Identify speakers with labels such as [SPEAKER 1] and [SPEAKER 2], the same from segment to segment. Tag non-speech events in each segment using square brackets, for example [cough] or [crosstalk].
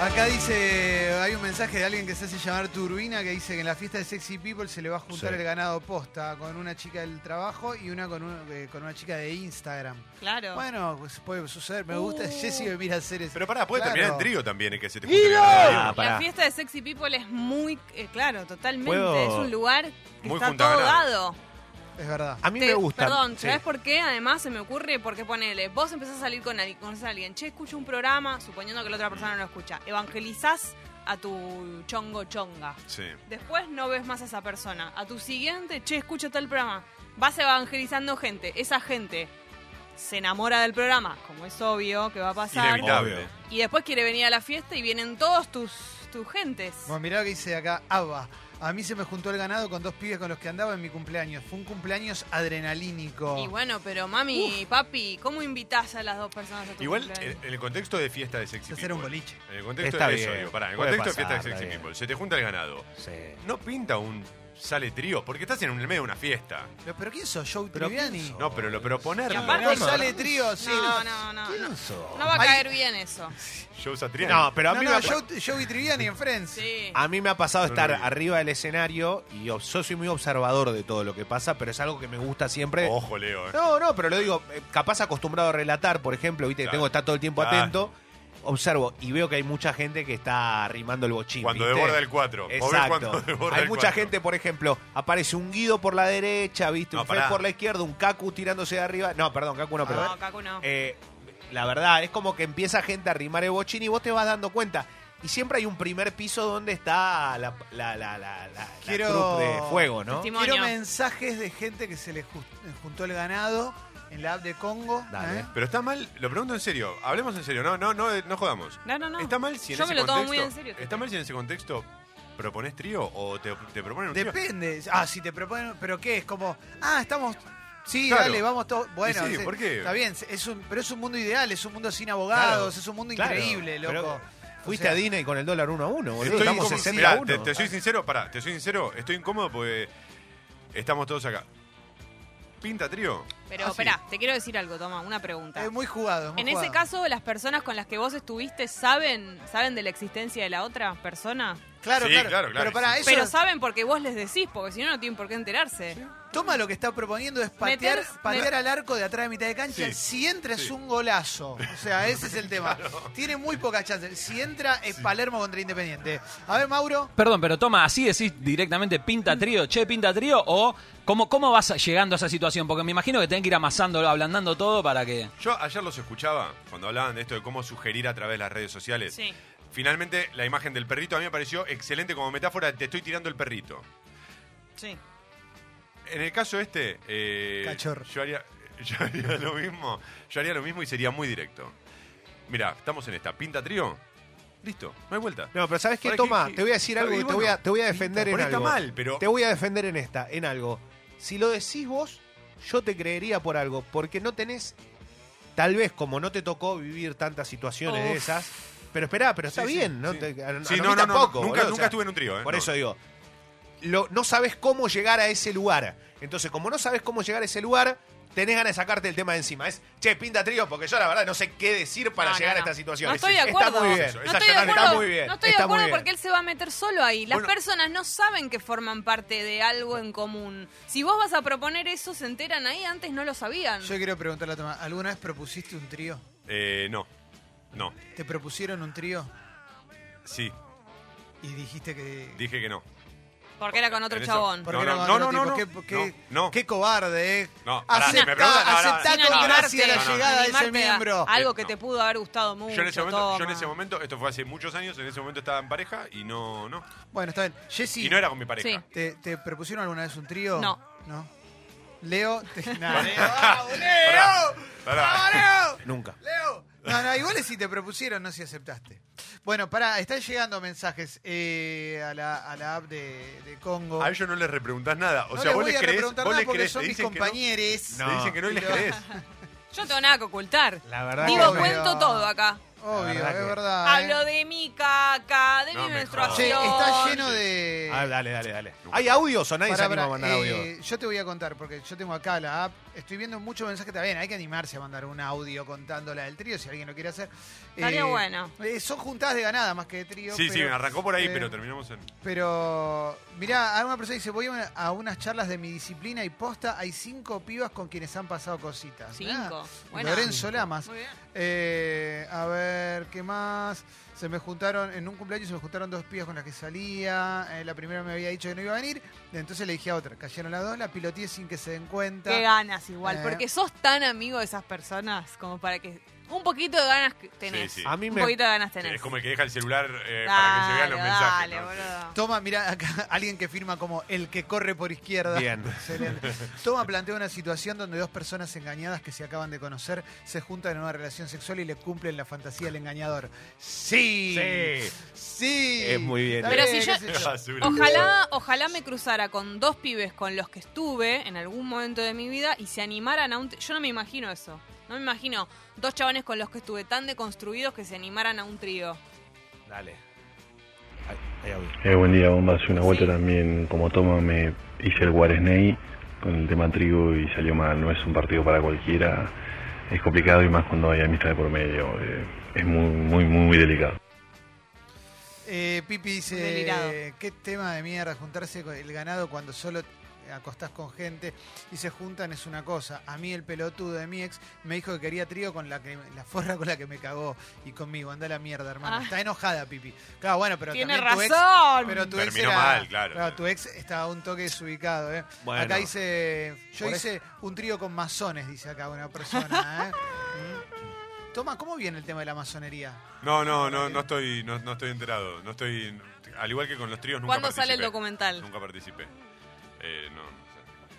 [SPEAKER 1] Acá dice, hay un mensaje de alguien que se hace llamar Turbina que dice que en la fiesta de Sexy People se le va a juntar
[SPEAKER 2] Sí.
[SPEAKER 1] el ganado posta con una chica del trabajo y una con, un- eh, con una chica de Instagram.
[SPEAKER 3] Claro.
[SPEAKER 1] Bueno, pues puede suceder. Me gusta
[SPEAKER 3] Uh.
[SPEAKER 1] Jessy me mira hacer eso.
[SPEAKER 2] Pero pará, puede
[SPEAKER 1] Claro.
[SPEAKER 2] terminar en trío también, el que se te
[SPEAKER 1] ¡Guido!
[SPEAKER 2] junte
[SPEAKER 4] Ah,
[SPEAKER 2] ganado.
[SPEAKER 4] pará.
[SPEAKER 3] La fiesta de Sexy People es muy, eh, claro, totalmente.
[SPEAKER 4] ¿Puedo?
[SPEAKER 3] Es un lugar que
[SPEAKER 2] Muy
[SPEAKER 3] está
[SPEAKER 2] junta
[SPEAKER 3] todo
[SPEAKER 2] ganado.
[SPEAKER 3] dado.
[SPEAKER 1] Es verdad.
[SPEAKER 4] A mí
[SPEAKER 3] Te-
[SPEAKER 4] me gusta.
[SPEAKER 3] Perdón,
[SPEAKER 4] sí.
[SPEAKER 3] ¿sabes por qué? Además se me ocurre porque ponele, vos empezás a salir con alguien, conoces a alguien, che, escucho un programa, suponiendo que la otra persona no lo escucha, evangelizás a tu chongo chonga.
[SPEAKER 2] Sí.
[SPEAKER 3] Después no ves más a esa persona. A tu siguiente, che, escucho tal programa. Vas evangelizando gente. Esa gente se enamora del programa, como es obvio que va a pasar.
[SPEAKER 2] Inevitable.
[SPEAKER 3] Y después quiere venir a la fiesta y vienen todos tus, tus gentes.
[SPEAKER 1] Bueno, mirá lo que dice acá Abba. A mí se me juntó el ganado con dos pibes con los que andaba en mi cumpleaños. Fue un cumpleaños adrenalínico.
[SPEAKER 3] Y bueno, pero mami, papi, ¿cómo invitás a las dos personas a tu
[SPEAKER 2] Igual, eh,
[SPEAKER 3] cumpleaños?
[SPEAKER 2] en en el contexto de fiesta de Sexy
[SPEAKER 1] Ese era un
[SPEAKER 2] People.
[SPEAKER 1] boliche.
[SPEAKER 2] En el contexto
[SPEAKER 4] Está
[SPEAKER 2] de eso,
[SPEAKER 4] bien,
[SPEAKER 2] digo, pará, en el
[SPEAKER 4] puede
[SPEAKER 2] contexto de
[SPEAKER 4] pasar,
[SPEAKER 2] fiesta de Sexy
[SPEAKER 4] está bien.
[SPEAKER 2] People. Se te junta el ganado.
[SPEAKER 4] Sí.
[SPEAKER 2] No pinta un sale trío, porque estás en el medio de una fiesta.
[SPEAKER 1] Pero, ¿pero quién sos? Joe
[SPEAKER 4] Pero
[SPEAKER 1] Tribbiani.
[SPEAKER 4] ¿quién sos?
[SPEAKER 2] No, pero lo proponer.
[SPEAKER 3] Y aparte-
[SPEAKER 1] No
[SPEAKER 3] Barney.
[SPEAKER 1] sale trío, sí.
[SPEAKER 3] no, no, no, no.
[SPEAKER 4] ¿Quién sos?
[SPEAKER 3] No va a
[SPEAKER 1] Hay-
[SPEAKER 3] caer bien eso.
[SPEAKER 2] Joe Satriani.
[SPEAKER 4] No, pero a
[SPEAKER 1] No,
[SPEAKER 4] mí,
[SPEAKER 1] no,
[SPEAKER 4] me ha,
[SPEAKER 1] Joe, Joey Tribbiani en Friends.
[SPEAKER 3] Sí.
[SPEAKER 4] a mí me ha pasado
[SPEAKER 2] No,
[SPEAKER 4] estar
[SPEAKER 2] no, no.
[SPEAKER 4] arriba del escenario y ob- yo soy muy observador de todo lo que pasa, pero es algo que me gusta siempre.
[SPEAKER 2] Ojo, Leo. eh.
[SPEAKER 4] No, no, pero lo digo, eh, capaz acostumbrado a relatar, por ejemplo, viste que
[SPEAKER 2] Claro.
[SPEAKER 4] tengo que estar todo el tiempo
[SPEAKER 2] Claro.
[SPEAKER 4] atento, observo y veo que hay mucha gente que está arrimando el bochín.
[SPEAKER 2] Cuando
[SPEAKER 4] ¿viste?
[SPEAKER 2] desborda el cuatro. Vos ves cuando [laughs]
[SPEAKER 4] Exacto.
[SPEAKER 2] desborda
[SPEAKER 4] Hay
[SPEAKER 2] el
[SPEAKER 4] mucha
[SPEAKER 2] cuatro.
[SPEAKER 4] gente, por ejemplo, aparece un Guido por la derecha, viste,
[SPEAKER 2] No,
[SPEAKER 4] un Fred
[SPEAKER 2] pará. Ah,
[SPEAKER 4] por la izquierda, un Cacu tirándose de arriba. No, perdón, Cacu no, pero
[SPEAKER 3] No, Cacu no.
[SPEAKER 4] eh, la verdad, es como que empieza gente a rimar el bochín y vos te vas dando cuenta. Y siempre hay un primer piso donde está la, la, la, la, la- la
[SPEAKER 1] Quiero-
[SPEAKER 4] troupe de fuego, ¿no?
[SPEAKER 3] Testimonio.
[SPEAKER 1] Quiero mensajes de gente que se le ju- juntó el ganado en la app de Congo.
[SPEAKER 4] Dale.
[SPEAKER 1] ¿eh?
[SPEAKER 2] Pero está mal, lo pregunto en serio, hablemos en serio, no, no, no, no jodamos.
[SPEAKER 3] No, no, no.
[SPEAKER 2] Está mal si en
[SPEAKER 3] Yo
[SPEAKER 2] ese
[SPEAKER 3] me lo
[SPEAKER 2] contexto.
[SPEAKER 3] tomo muy en serio,
[SPEAKER 2] está mal si en ese contexto propones trío o te, te proponen un trío.
[SPEAKER 1] Depende. Ah, si te proponen. ¿Pero qué? Es como. Ah, estamos. Sí,
[SPEAKER 2] Claro.
[SPEAKER 1] dale, vamos todos. Bueno,
[SPEAKER 2] sí,
[SPEAKER 1] se-
[SPEAKER 2] ¿por qué?
[SPEAKER 1] está bien, es un, pero es un mundo ideal, es un mundo sin abogados,
[SPEAKER 4] Claro,
[SPEAKER 1] es un mundo
[SPEAKER 4] claro,
[SPEAKER 1] increíble,
[SPEAKER 4] pero
[SPEAKER 1] loco.
[SPEAKER 4] Fuiste
[SPEAKER 1] O sea,
[SPEAKER 4] a Disney con el dólar uno a uno, boludo.
[SPEAKER 2] Estoy
[SPEAKER 4] Estamos
[SPEAKER 2] incómodo.
[SPEAKER 4] 60 a
[SPEAKER 2] Mirá,
[SPEAKER 4] 1.
[SPEAKER 2] te, te soy sincero, pará, te soy sincero, estoy incómodo porque estamos todos acá. Pinta trío.
[SPEAKER 3] Pero
[SPEAKER 2] Ah, sí.
[SPEAKER 3] espera, te quiero decir algo, toma, una pregunta.
[SPEAKER 1] Es muy jugado. es muy
[SPEAKER 3] En ese
[SPEAKER 1] jugado.
[SPEAKER 3] caso, las personas con las que vos estuviste saben, saben de la existencia de la otra persona,
[SPEAKER 1] Claro,
[SPEAKER 2] Sí,
[SPEAKER 1] claro,
[SPEAKER 2] claro, claro,
[SPEAKER 1] Pero para
[SPEAKER 2] sí.
[SPEAKER 1] eso,
[SPEAKER 3] pero saben porque vos les decís, porque si no no tienen por qué enterarse.
[SPEAKER 1] toma lo que está proponiendo es patear,
[SPEAKER 3] Meterse-
[SPEAKER 1] patear al arco de atrás de mitad de cancha.
[SPEAKER 2] Sí,
[SPEAKER 1] Si entra es
[SPEAKER 2] sí.
[SPEAKER 1] un golazo. O sea, ese es el
[SPEAKER 2] [laughs]
[SPEAKER 1] tema. Tiene muy pocas chances. Si entra es Palermo contra Independiente. A ver, Mauro.
[SPEAKER 5] Perdón, pero toma, así decís directamente pinta trío, che, pinta trío, o ¿cómo, cómo vas llegando a esa situación? Porque me imagino que tenés que ir amasándolo, ablandando todo para que...
[SPEAKER 2] Yo ayer los escuchaba cuando hablaban de esto de cómo sugerir a través de las redes sociales.
[SPEAKER 3] Sí.
[SPEAKER 2] Finalmente, la imagen del perrito a mí me pareció excelente como metáfora. Te estoy tirando el perrito.
[SPEAKER 3] Sí.
[SPEAKER 2] En el caso este, eh,
[SPEAKER 1] Cachorro.
[SPEAKER 2] yo haría, [laughs] yo haría lo mismo. Yo haría lo mismo y sería muy directo. Mira, estamos en esta. Pinta trío. Listo, no hay vuelta.
[SPEAKER 4] No, pero ¿sabes qué,
[SPEAKER 2] Ahora,
[SPEAKER 4] Toma?
[SPEAKER 2] ¿qué- qué-
[SPEAKER 4] Te voy a decir
[SPEAKER 2] está
[SPEAKER 4] algo,
[SPEAKER 2] bien,
[SPEAKER 4] te, voy
[SPEAKER 2] bueno,
[SPEAKER 4] a, te voy a
[SPEAKER 2] pinta,
[SPEAKER 4] defender en
[SPEAKER 2] por ahí
[SPEAKER 4] algo.
[SPEAKER 2] está mal, pero-
[SPEAKER 4] Te voy a defender en esta, en algo. Si lo decís vos, yo te creería por algo, porque no tenés, tal vez como no te tocó vivir tantas situaciones de
[SPEAKER 3] Uf.
[SPEAKER 4] esas, pero esperá, pero está
[SPEAKER 2] Sí, sí,
[SPEAKER 4] bien, ¿no?
[SPEAKER 2] sí.
[SPEAKER 4] Te- a- a-
[SPEAKER 2] Sí,
[SPEAKER 4] a mí
[SPEAKER 2] no, no, no,
[SPEAKER 4] tampoco,
[SPEAKER 2] nunca-
[SPEAKER 4] boludo,
[SPEAKER 2] nunca estuve en un trío, ¿eh?
[SPEAKER 4] Por
[SPEAKER 2] No.
[SPEAKER 4] eso digo, lo- no sabes cómo llegar a ese lugar. Entonces, como no sabes cómo llegar a ese lugar, tenés ganas de sacarte el tema de encima. Es, che, pinta trío, porque yo la verdad no sé qué decir para
[SPEAKER 3] No, no,
[SPEAKER 4] llegar
[SPEAKER 3] no.
[SPEAKER 4] a esta situación.
[SPEAKER 3] No estoy de
[SPEAKER 4] Está
[SPEAKER 3] acuerdo.
[SPEAKER 4] muy bien.
[SPEAKER 2] No
[SPEAKER 3] No
[SPEAKER 2] Esa
[SPEAKER 3] estoy de
[SPEAKER 2] Yolanda
[SPEAKER 3] acuerdo,
[SPEAKER 4] está muy bien.
[SPEAKER 3] no estoy de
[SPEAKER 4] está muy
[SPEAKER 3] acuerdo
[SPEAKER 4] bien.
[SPEAKER 3] porque él se va a meter solo ahí. Las
[SPEAKER 2] Bueno.
[SPEAKER 3] personas no saben que forman parte de algo en común. Si vos vas a proponer eso, se enteran ahí, antes no lo sabían.
[SPEAKER 1] Yo quiero preguntarle a Tomás, ¿alguna vez propusiste un trío?
[SPEAKER 2] Eh, no, no,
[SPEAKER 1] ¿Te propusieron un trío
[SPEAKER 2] sí,
[SPEAKER 1] y dijiste que...
[SPEAKER 2] dije que no.
[SPEAKER 3] Porque era con otro
[SPEAKER 2] En eso-
[SPEAKER 3] chabón.
[SPEAKER 1] ¿Por qué
[SPEAKER 2] No,
[SPEAKER 1] era
[SPEAKER 2] no,
[SPEAKER 1] con otro
[SPEAKER 2] no, no,
[SPEAKER 1] tipo?
[SPEAKER 2] no,
[SPEAKER 1] qué, qué-
[SPEAKER 2] no, no.
[SPEAKER 1] qué cobarde, ¿eh?
[SPEAKER 2] No, pará, si me preguntan, no, no,
[SPEAKER 1] aceptá
[SPEAKER 2] no,
[SPEAKER 1] con
[SPEAKER 2] no,
[SPEAKER 1] gracia
[SPEAKER 2] no,
[SPEAKER 1] la
[SPEAKER 2] no, no.
[SPEAKER 1] llegada de ese
[SPEAKER 3] Animarte a-
[SPEAKER 1] miembro.
[SPEAKER 3] a Algo
[SPEAKER 2] Eh,
[SPEAKER 3] que
[SPEAKER 2] no.
[SPEAKER 3] te pudo haber gustado mucho.
[SPEAKER 2] Yo en, ese momento, yo en
[SPEAKER 3] toma.
[SPEAKER 2] ese momento, esto fue hace muchos años, en ese momento estaba en pareja y no, no.
[SPEAKER 1] Bueno, está bien. Jessy,
[SPEAKER 2] Y no era con mi pareja.
[SPEAKER 3] Sí.
[SPEAKER 1] ¿te, te propusieron alguna vez un trío?
[SPEAKER 3] No.
[SPEAKER 1] ¿No? Leo, te- nah.
[SPEAKER 2] Pará, pará.
[SPEAKER 1] ¡Ah, Leo!
[SPEAKER 4] Nunca.
[SPEAKER 1] ¡Leo! No, no, igual es si te propusieron, no si aceptaste. Bueno, pará, están llegando mensajes eh, a, la, a la app de, de Congo.
[SPEAKER 2] A ellos no les repreguntás nada. O
[SPEAKER 1] no
[SPEAKER 2] sea,
[SPEAKER 1] les
[SPEAKER 2] vos
[SPEAKER 1] voy
[SPEAKER 2] les
[SPEAKER 1] a
[SPEAKER 2] crees,
[SPEAKER 1] repreguntar
[SPEAKER 2] vos
[SPEAKER 1] nada
[SPEAKER 2] les
[SPEAKER 1] porque
[SPEAKER 2] crees,
[SPEAKER 1] son
[SPEAKER 2] te
[SPEAKER 1] mis
[SPEAKER 2] dicen que no.
[SPEAKER 1] compañeres.
[SPEAKER 2] Te dicen que no y les
[SPEAKER 1] Pero- [laughs]
[SPEAKER 2] crees.
[SPEAKER 3] Yo no tengo nada que ocultar.
[SPEAKER 4] La verdad
[SPEAKER 3] Digo,
[SPEAKER 1] que-
[SPEAKER 3] cuento todo acá.
[SPEAKER 1] Obvio,
[SPEAKER 4] La verdad
[SPEAKER 1] es
[SPEAKER 4] que-
[SPEAKER 1] verdad. ¿eh?
[SPEAKER 3] Hablo de mi caca, de
[SPEAKER 2] No
[SPEAKER 3] mi
[SPEAKER 2] me
[SPEAKER 3] menstruación.
[SPEAKER 1] Che, está lleno de.
[SPEAKER 4] eh, Ah, dale, dale, dale. ¿Hay audios o nadie
[SPEAKER 1] Pará,
[SPEAKER 4] se anima
[SPEAKER 1] pará,
[SPEAKER 4] a mandar
[SPEAKER 1] eh,
[SPEAKER 4] audio?
[SPEAKER 1] Yo te voy a contar, porque yo tengo acá la app Estoy viendo muchos mensajes también. Hay que animarse a mandar un audio contando la del trío si alguien lo quiere hacer.
[SPEAKER 3] Estaría bueno.
[SPEAKER 1] eh, son juntadas de ganada más que de trío.
[SPEAKER 2] Sí, sí,
[SPEAKER 1] pero,
[SPEAKER 2] arrancó por ahí,
[SPEAKER 1] eh,
[SPEAKER 2] pero terminamos en.
[SPEAKER 1] Pero, mirá, alguna persona dice: Voy a una- a unas charlas de mi disciplina y posta. Hay cinco pibas con quienes han pasado cositas. Mirá.
[SPEAKER 3] Cinco. Bueno.
[SPEAKER 1] Lorenzo Lamas.
[SPEAKER 3] Muy bien.
[SPEAKER 1] Eh, a ver, ¿qué más? Se me juntaron, en un cumpleaños se me juntaron dos pibas con las que salía. Eh, la primera me había dicho que no iba a venir. Entonces le dije a otra. Cayeron las dos, la piloteé sin que se den cuenta.
[SPEAKER 3] Qué ganas igual,
[SPEAKER 1] Eh.
[SPEAKER 3] porque sos tan amigo de esas personas como para que un poquito de ganas que tenés.
[SPEAKER 2] Sí, sí.
[SPEAKER 4] A mí
[SPEAKER 3] un
[SPEAKER 4] me-
[SPEAKER 3] poquito de ganas tenés.
[SPEAKER 2] Es como el que deja el celular eh, para que se
[SPEAKER 3] Dale,
[SPEAKER 2] vean los mensajes.
[SPEAKER 3] dale,
[SPEAKER 2] ¿no? [laughs]
[SPEAKER 3] boludo.
[SPEAKER 1] Toma, mira, acá [laughs] alguien que firma como el que corre por izquierda.
[SPEAKER 4] Bien.
[SPEAKER 1] [laughs] Excelente. Toma plantea una situación donde dos personas engañadas que se acaban de conocer se juntan en una relación sexual y le cumplen la fantasía del engañador. Sí.
[SPEAKER 4] Sí.
[SPEAKER 1] Sí.
[SPEAKER 4] Es muy bien.
[SPEAKER 1] Está
[SPEAKER 3] Pero si
[SPEAKER 1] qué
[SPEAKER 3] yo-
[SPEAKER 1] sé
[SPEAKER 2] Basura.
[SPEAKER 3] Ojalá, ojalá me cruzara con dos pibes con los que estuve en algún momento de mi vida y se animaran a un... t- Yo no me imagino eso. No me imagino dos chabones con los que estuve tan deconstruidos que se animaran a un trío.
[SPEAKER 4] Dale. Ahí, ahí audio.
[SPEAKER 6] Eh, buen día, bomba. Hace una vuelta
[SPEAKER 3] Sí.
[SPEAKER 6] también, como toma, me hice el Guaresney con el tema trigo y salió mal. No es un partido para cualquiera. Es complicado y más cuando hay amistad de por medio. Eh, es muy, muy, muy delicado.
[SPEAKER 1] Eh, Pipi dice,
[SPEAKER 3] Delirado.
[SPEAKER 1] qué tema de mierda juntarse con el ganado cuando solo te acostás con gente y se juntan es una cosa. A mí el pelotudo de mi ex me dijo que quería trío con la que la forra con la que me cagó y conmigo. Anda la mierda, hermano.
[SPEAKER 3] Ah.
[SPEAKER 1] Está enojada, Pipi. Claro, bueno, pero
[SPEAKER 3] Tiene
[SPEAKER 1] también tu ex-
[SPEAKER 3] razón.
[SPEAKER 1] pero tu ex
[SPEAKER 2] Terminó
[SPEAKER 1] era-
[SPEAKER 2] mal, claro.
[SPEAKER 1] Tu ex estaba un toque desubicado, ¿eh?
[SPEAKER 4] Bueno.
[SPEAKER 1] Acá dice, yo
[SPEAKER 4] Por
[SPEAKER 1] hice un trío con masones, dice acá una persona,
[SPEAKER 3] [laughs]
[SPEAKER 1] ¿eh? Mm. Toma, ¿cómo viene el tema de la masonería?
[SPEAKER 2] No, no, no, no estoy, no, no estoy enterado. No estoy, al igual que con los tríos nunca
[SPEAKER 3] ¿Cuándo sale el
[SPEAKER 2] participé.
[SPEAKER 3] documental?
[SPEAKER 2] Nunca participé. Eh, no,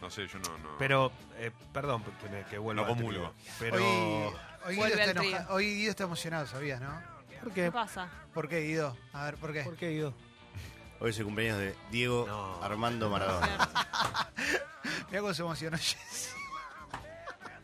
[SPEAKER 2] no sé, No sé, yo no, no.
[SPEAKER 4] Pero, eh, perdón que, me- que vuelva.
[SPEAKER 2] No
[SPEAKER 4] al
[SPEAKER 2] comulgo.
[SPEAKER 4] trío. Pero.
[SPEAKER 1] Hoy, hoy Guido
[SPEAKER 3] Vuelve
[SPEAKER 1] está
[SPEAKER 3] al trío.
[SPEAKER 1] enoja- hoy Guido está emocionado, ¿sabías, no?
[SPEAKER 4] ¿Por
[SPEAKER 3] ¿Qué
[SPEAKER 4] qué?
[SPEAKER 3] pasa?
[SPEAKER 1] ¿Por qué, Guido? A ver, ¿por qué?
[SPEAKER 4] ¿Por qué, Guido?
[SPEAKER 7] Hoy es el cumpleaños de Diego
[SPEAKER 4] No.
[SPEAKER 7] Armando Maradona.
[SPEAKER 1] Mirá cómo se emocionó Jessy.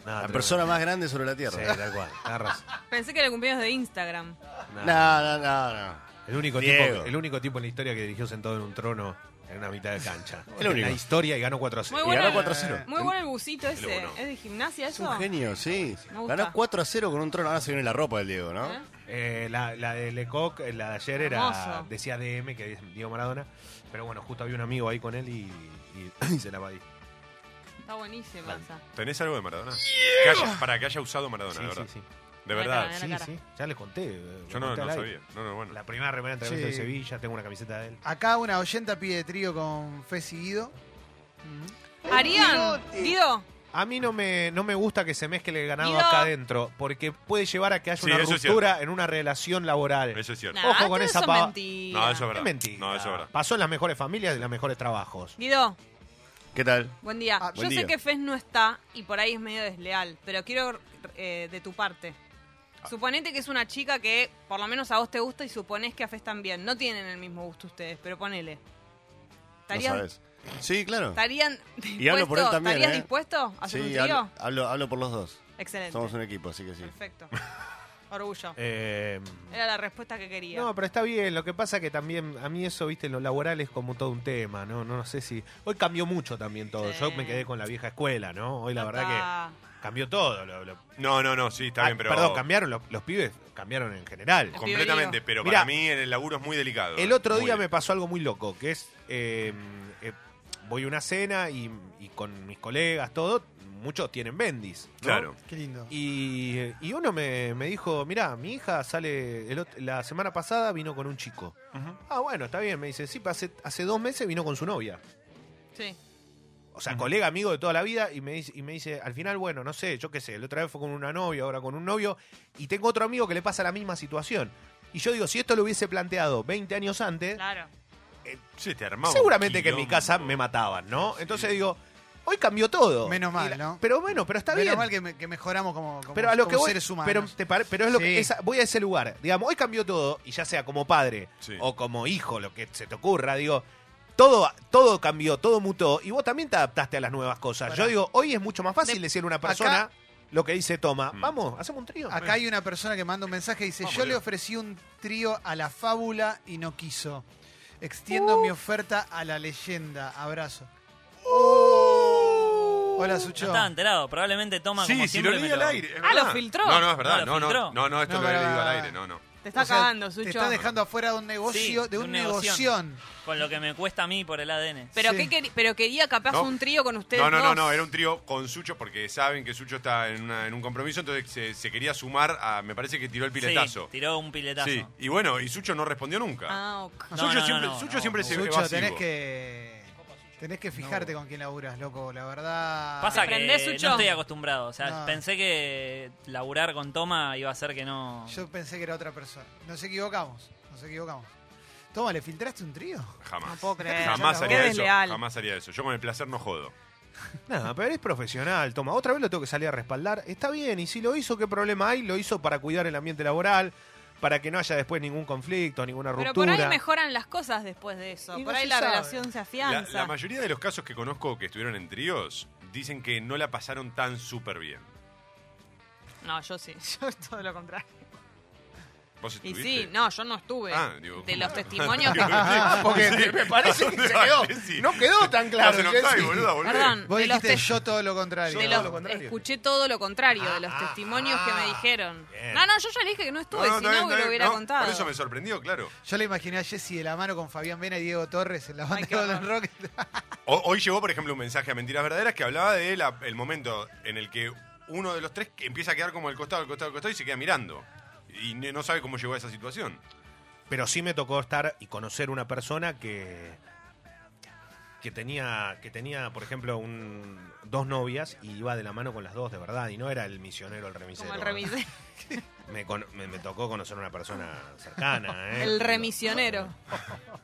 [SPEAKER 7] La persona más grande sobre la
[SPEAKER 4] Sí,
[SPEAKER 7] [laughs] tierra.
[SPEAKER 4] tal cual. Tenés razón.
[SPEAKER 3] Pensé que era el cumpleaños de Instagram.
[SPEAKER 4] No.
[SPEAKER 7] No, no, no, no.
[SPEAKER 4] El único,
[SPEAKER 7] Diego.
[SPEAKER 4] tipo, el único tipo en la historia que dirigió sentado en un trono en una mitad de cancha.
[SPEAKER 7] [laughs] El
[SPEAKER 4] en
[SPEAKER 7] único.
[SPEAKER 4] la historia y ganó 4 a 0.
[SPEAKER 3] Muy
[SPEAKER 7] Y
[SPEAKER 3] bueno. eh,
[SPEAKER 7] ganó 4-0.
[SPEAKER 3] Muy bueno el busito ese.
[SPEAKER 2] bueno.
[SPEAKER 3] ¿Es de gimnasia
[SPEAKER 7] Es
[SPEAKER 3] eso?
[SPEAKER 7] un genio, sí.
[SPEAKER 3] Me gusta.
[SPEAKER 7] Ganó 4 a 0 con un trono. Ahora se viene la ropa del Diego, ¿no?
[SPEAKER 3] ¿Eh?
[SPEAKER 4] Eh, la, la de Lecoq, eh, la de ayer era
[SPEAKER 3] Hermoso.
[SPEAKER 4] decía DM, que es Diego Maradona. Pero bueno, justo había un amigo ahí con él y, y- [coughs] y se la pedí.
[SPEAKER 3] Está buenísima esa.
[SPEAKER 2] ¿Tenés algo de Maradona? Que haya- para que haya usado Maradona,
[SPEAKER 4] Sí,
[SPEAKER 2] de
[SPEAKER 4] sí,
[SPEAKER 2] verdad.
[SPEAKER 4] sí.
[SPEAKER 2] De
[SPEAKER 3] Ahí
[SPEAKER 2] verdad.
[SPEAKER 3] está,
[SPEAKER 4] Sí,
[SPEAKER 3] cara.
[SPEAKER 4] sí. Ya les conté. eh, lo
[SPEAKER 2] Yo no,
[SPEAKER 4] conté
[SPEAKER 2] no
[SPEAKER 4] al aire.
[SPEAKER 2] sabía. No, no, bueno.
[SPEAKER 4] La primera remera de entrenamiento
[SPEAKER 1] Sí.
[SPEAKER 4] de Sevilla, tengo una camiseta de él.
[SPEAKER 1] [laughs] Acá una oyenta pide trío con Fesi Guido.
[SPEAKER 3] Arián, Guido,
[SPEAKER 4] A mí no me, no me gusta que se mezcle el ganado
[SPEAKER 3] Guido.
[SPEAKER 4] acá adentro, porque puede llevar a que haya
[SPEAKER 2] Sí,
[SPEAKER 4] una
[SPEAKER 2] eso es
[SPEAKER 4] ruptura en una relación laboral.
[SPEAKER 2] Eso es cierto.
[SPEAKER 3] Nah,
[SPEAKER 4] Ojo con
[SPEAKER 3] todo
[SPEAKER 4] esa
[SPEAKER 3] eso es
[SPEAKER 4] pava.
[SPEAKER 3] mentira.
[SPEAKER 2] No, eso es
[SPEAKER 4] Es
[SPEAKER 2] verdad.
[SPEAKER 4] mentira.
[SPEAKER 2] No, eso es verdad.
[SPEAKER 4] Pasó en las mejores familias y los mejores trabajos.
[SPEAKER 3] Guido,
[SPEAKER 7] ¿Qué tal?
[SPEAKER 3] buen día.
[SPEAKER 1] Ah,
[SPEAKER 3] Yo
[SPEAKER 7] buen
[SPEAKER 3] sé
[SPEAKER 7] día.
[SPEAKER 3] que Fez no está y por ahí es medio desleal, pero quiero eh, de tu parte. Suponete que es una chica que por lo menos a vos te gusta y suponés que a Fez también. No tienen el mismo gusto ustedes, pero ponele.
[SPEAKER 7] No
[SPEAKER 3] ¿Estarían,
[SPEAKER 7] sabes. Sí, claro.
[SPEAKER 3] estarían
[SPEAKER 7] Y hablo por él
[SPEAKER 3] dispuestos-
[SPEAKER 7] también,
[SPEAKER 3] ¿Estarías
[SPEAKER 7] ¿eh?
[SPEAKER 3] dispuesto a hacer un
[SPEAKER 7] Sí,
[SPEAKER 3] trío?
[SPEAKER 7] hablo, hablo, hablo por los dos.
[SPEAKER 3] Excelente.
[SPEAKER 7] Somos un equipo, así que
[SPEAKER 3] [laughs]
[SPEAKER 7] sí. [laughs]
[SPEAKER 3] Perfecto. Orgullo.
[SPEAKER 4] Eh,
[SPEAKER 3] Era la respuesta que quería.
[SPEAKER 4] no, pero está bien. Lo que pasa que también a mí eso, viste, en lo laboral es como todo un tema, ¿no? No, no sé si... Hoy cambió mucho también todo.
[SPEAKER 3] Sí.
[SPEAKER 4] Yo me quedé con la vieja escuela, ¿no? Hoy la verdad
[SPEAKER 3] Papá.
[SPEAKER 4] que cambió todo. lo- lo-
[SPEAKER 2] No, no, no, sí, está
[SPEAKER 4] Ah,
[SPEAKER 2] bien, pero.
[SPEAKER 4] Perdón, cambiaron los, los pibes, cambiaron en general.
[SPEAKER 3] Con-
[SPEAKER 2] Completamente,
[SPEAKER 3] Pibe
[SPEAKER 2] pero
[SPEAKER 4] Mirá,
[SPEAKER 2] para mí el laburo es muy delicado.
[SPEAKER 4] El otro
[SPEAKER 2] Muy
[SPEAKER 4] día me
[SPEAKER 2] delicado.
[SPEAKER 4] pasó algo muy loco, que es, eh, eh, voy a una cena y, y con mis colegas, todo, muchos tienen bendis. ¿no?
[SPEAKER 2] Claro.
[SPEAKER 1] Qué lindo.
[SPEAKER 4] Y, y uno me, me dijo, mirá, mi hija sale, el ot- la semana pasada vino con un chico. Ah, bueno, está bien, me dice, sí, pa- hace, hace dos meses vino con su novia.
[SPEAKER 3] Sí.
[SPEAKER 4] O sea, colega, amigo de toda la vida, y me, dice, y me dice, al final, bueno, no sé, yo qué sé, la otra vez fue con una novia, ahora con un novio, y tengo otro amigo que le pasa la misma situación. Y yo digo, si esto lo hubiese planteado 20 años antes,
[SPEAKER 3] Claro.
[SPEAKER 2] Sí, te armaba un
[SPEAKER 4] seguramente que en mi
[SPEAKER 2] quilombo.
[SPEAKER 4] casa me mataban, ¿no? Entonces digo, hoy cambió todo.
[SPEAKER 1] Menos
[SPEAKER 4] Y
[SPEAKER 1] mal,
[SPEAKER 4] la-
[SPEAKER 1] ¿no?
[SPEAKER 4] Pero bueno, pero está
[SPEAKER 1] Menos
[SPEAKER 4] bien.
[SPEAKER 1] mal que, me- que mejoramos como, como-
[SPEAKER 4] pero a lo
[SPEAKER 1] como
[SPEAKER 4] que voy,
[SPEAKER 1] seres humanos.
[SPEAKER 4] pero, te pare- pero es lo que
[SPEAKER 1] Sí.
[SPEAKER 4] esa- voy a ese lugar. Digamos, hoy cambió todo y ya sea como padre
[SPEAKER 2] Sí.
[SPEAKER 4] o como hijo, lo que se te ocurra, digo, todo todo cambió, todo mutó y vos también te adaptaste a las nuevas cosas.
[SPEAKER 1] Pará.
[SPEAKER 4] Yo digo, hoy es mucho más fácil
[SPEAKER 1] De-
[SPEAKER 4] decirle a una persona
[SPEAKER 1] acá-
[SPEAKER 4] lo que dice Toma,
[SPEAKER 2] Mm.
[SPEAKER 4] vamos, hacemos un trío.
[SPEAKER 1] Acá hay una persona que manda un mensaje y dice,
[SPEAKER 2] Vamos,
[SPEAKER 1] yo le
[SPEAKER 2] Leo.
[SPEAKER 1] ofrecí un trío a la fábula y no quiso.
[SPEAKER 4] Uh. Uh.
[SPEAKER 1] Extiendo mi oferta a la leyenda. Abrazo. Hola,
[SPEAKER 8] No
[SPEAKER 1] Sucho.
[SPEAKER 8] estaba enterado. Probablemente toma como
[SPEAKER 2] Sí, si lo
[SPEAKER 8] siempre. me
[SPEAKER 2] leí al
[SPEAKER 8] lo-
[SPEAKER 2] aire. es
[SPEAKER 3] Ah, lo
[SPEAKER 2] verdad.
[SPEAKER 3] filtró.
[SPEAKER 2] No, no, es verdad.
[SPEAKER 8] Ah, lo
[SPEAKER 2] No, no,
[SPEAKER 8] filtró.
[SPEAKER 2] no, no, esto
[SPEAKER 1] No,
[SPEAKER 2] lo había
[SPEAKER 1] pero-
[SPEAKER 2] leído al aire. No, no.
[SPEAKER 3] Te está
[SPEAKER 1] O sea,
[SPEAKER 3] cagando,
[SPEAKER 1] Te
[SPEAKER 3] Sucho.
[SPEAKER 1] está dejando afuera de un negocio,
[SPEAKER 8] Sí,
[SPEAKER 1] de un,
[SPEAKER 8] negoción.
[SPEAKER 1] negoción.
[SPEAKER 8] Con lo que me cuesta a mí por el ADN.
[SPEAKER 3] Pero,
[SPEAKER 1] Sí.
[SPEAKER 3] qué queri- pero quería capaz
[SPEAKER 2] No.
[SPEAKER 3] un trío con ustedes
[SPEAKER 2] No, no, no,
[SPEAKER 3] dos.
[SPEAKER 2] no, era un trío con Sucho porque saben que Sucho está en, una- en un compromiso, entonces se, se quería sumar a. Me parece que tiró el piletazo.
[SPEAKER 8] Sí, tiró un piletazo.
[SPEAKER 2] Sí, y bueno, y Sucho no respondió nunca.
[SPEAKER 3] Ah, ok.
[SPEAKER 8] No,
[SPEAKER 2] Sucho
[SPEAKER 8] no, no,
[SPEAKER 2] siempre,
[SPEAKER 8] no,
[SPEAKER 2] Sucho
[SPEAKER 8] no.
[SPEAKER 2] siempre se
[SPEAKER 1] Sucho,
[SPEAKER 2] evasivo.
[SPEAKER 1] tenés que. Tenés que fijarte con quién laburas, loco, la verdad.
[SPEAKER 8] Pasa que
[SPEAKER 3] Aprendés,
[SPEAKER 8] no
[SPEAKER 3] Sucho.
[SPEAKER 8] estoy acostumbrado. O sea,
[SPEAKER 1] No.
[SPEAKER 8] pensé que laburar con Toma iba a ser que no.
[SPEAKER 1] Yo pensé que era otra persona. Nos equivocamos, nos equivocamos. Toma, ¿le filtraste un trío?
[SPEAKER 2] Jamás.
[SPEAKER 3] No puedo creer.
[SPEAKER 2] Jamás
[SPEAKER 1] Qué
[SPEAKER 2] haría eso.
[SPEAKER 3] desleal.
[SPEAKER 2] Jamás haría eso. Yo con el placer no jodo.
[SPEAKER 9] Nada, pero es profesional, toma. Otra vez lo tengo que salir a respaldar. Está bien, y si lo hizo, ¿qué problema hay? Lo hizo para cuidar el ambiente laboral, para que no haya después ningún conflicto, ninguna ruptura.
[SPEAKER 3] Pero por ahí mejoran las cosas después de eso.
[SPEAKER 1] Y
[SPEAKER 3] por
[SPEAKER 1] no
[SPEAKER 3] ahí
[SPEAKER 1] se
[SPEAKER 3] la
[SPEAKER 1] sabe.
[SPEAKER 3] relación se
[SPEAKER 2] La,
[SPEAKER 3] afianza.
[SPEAKER 2] la mayoría de los casos que conozco que estuvieron en tríos dicen que no la pasaron tan súper bien.
[SPEAKER 3] No, yo sí. Yo todo lo contrario.
[SPEAKER 2] ¿Vos
[SPEAKER 3] Y
[SPEAKER 2] estuviste?
[SPEAKER 3] sí,
[SPEAKER 2] [laughs]
[SPEAKER 3] no, yo no estuve.
[SPEAKER 2] Ah, digo,
[SPEAKER 3] de
[SPEAKER 2] ¿cómo? [laughs]
[SPEAKER 3] los testimonios que...
[SPEAKER 9] Ah, porque
[SPEAKER 2] Sí.
[SPEAKER 9] me parece que
[SPEAKER 2] ¿Dónde
[SPEAKER 9] se
[SPEAKER 2] va, [laughs]
[SPEAKER 9] quedó.
[SPEAKER 2] Jessy?
[SPEAKER 9] No quedó tan claro.
[SPEAKER 2] Estás en octavo,
[SPEAKER 9] Jessy.
[SPEAKER 2] boluda, volvé.
[SPEAKER 3] Perdón,
[SPEAKER 1] Vos
[SPEAKER 3] de los
[SPEAKER 1] dijiste
[SPEAKER 3] tes-
[SPEAKER 1] yo todo lo contrario.
[SPEAKER 3] de
[SPEAKER 9] todo
[SPEAKER 3] los-
[SPEAKER 9] lo contrario.
[SPEAKER 3] escuché todo lo contrario de los
[SPEAKER 9] Ah,
[SPEAKER 3] testimonios
[SPEAKER 9] ah,
[SPEAKER 3] que me dijeron.
[SPEAKER 9] bien.
[SPEAKER 3] No, no, yo ya le dije que no estuve, si
[SPEAKER 2] está bien,
[SPEAKER 3] no
[SPEAKER 2] está
[SPEAKER 3] lo
[SPEAKER 2] bien,
[SPEAKER 3] hubiera
[SPEAKER 2] no,
[SPEAKER 3] contado.
[SPEAKER 2] Por eso me sorprendió, claro.
[SPEAKER 1] Yo le imaginé a Jessy de la mano con Fabián Vena y Diego Torres en la banda
[SPEAKER 3] Ay, qué
[SPEAKER 1] Golden Rock.
[SPEAKER 2] O- hoy llegó, por ejemplo, un mensaje a Mentiras Verdaderas que hablaba del momento en el que uno de los tres que empieza a quedar como al costado, al costado, al costado y se queda mirando. Y ne- no sabe cómo llegó a esa situación.
[SPEAKER 9] Pero sí me tocó estar y conocer una persona que que tenía que tenía, por ejemplo, un, dos novias y iba de la mano con las dos de verdad y no era el misionero el remisero.
[SPEAKER 3] Como el remisero.
[SPEAKER 9] Me, con- me- me tocó conocer una persona
[SPEAKER 3] [laughs]
[SPEAKER 9] cercana,
[SPEAKER 3] [laughs]
[SPEAKER 9] ¿eh?
[SPEAKER 3] El remisionero.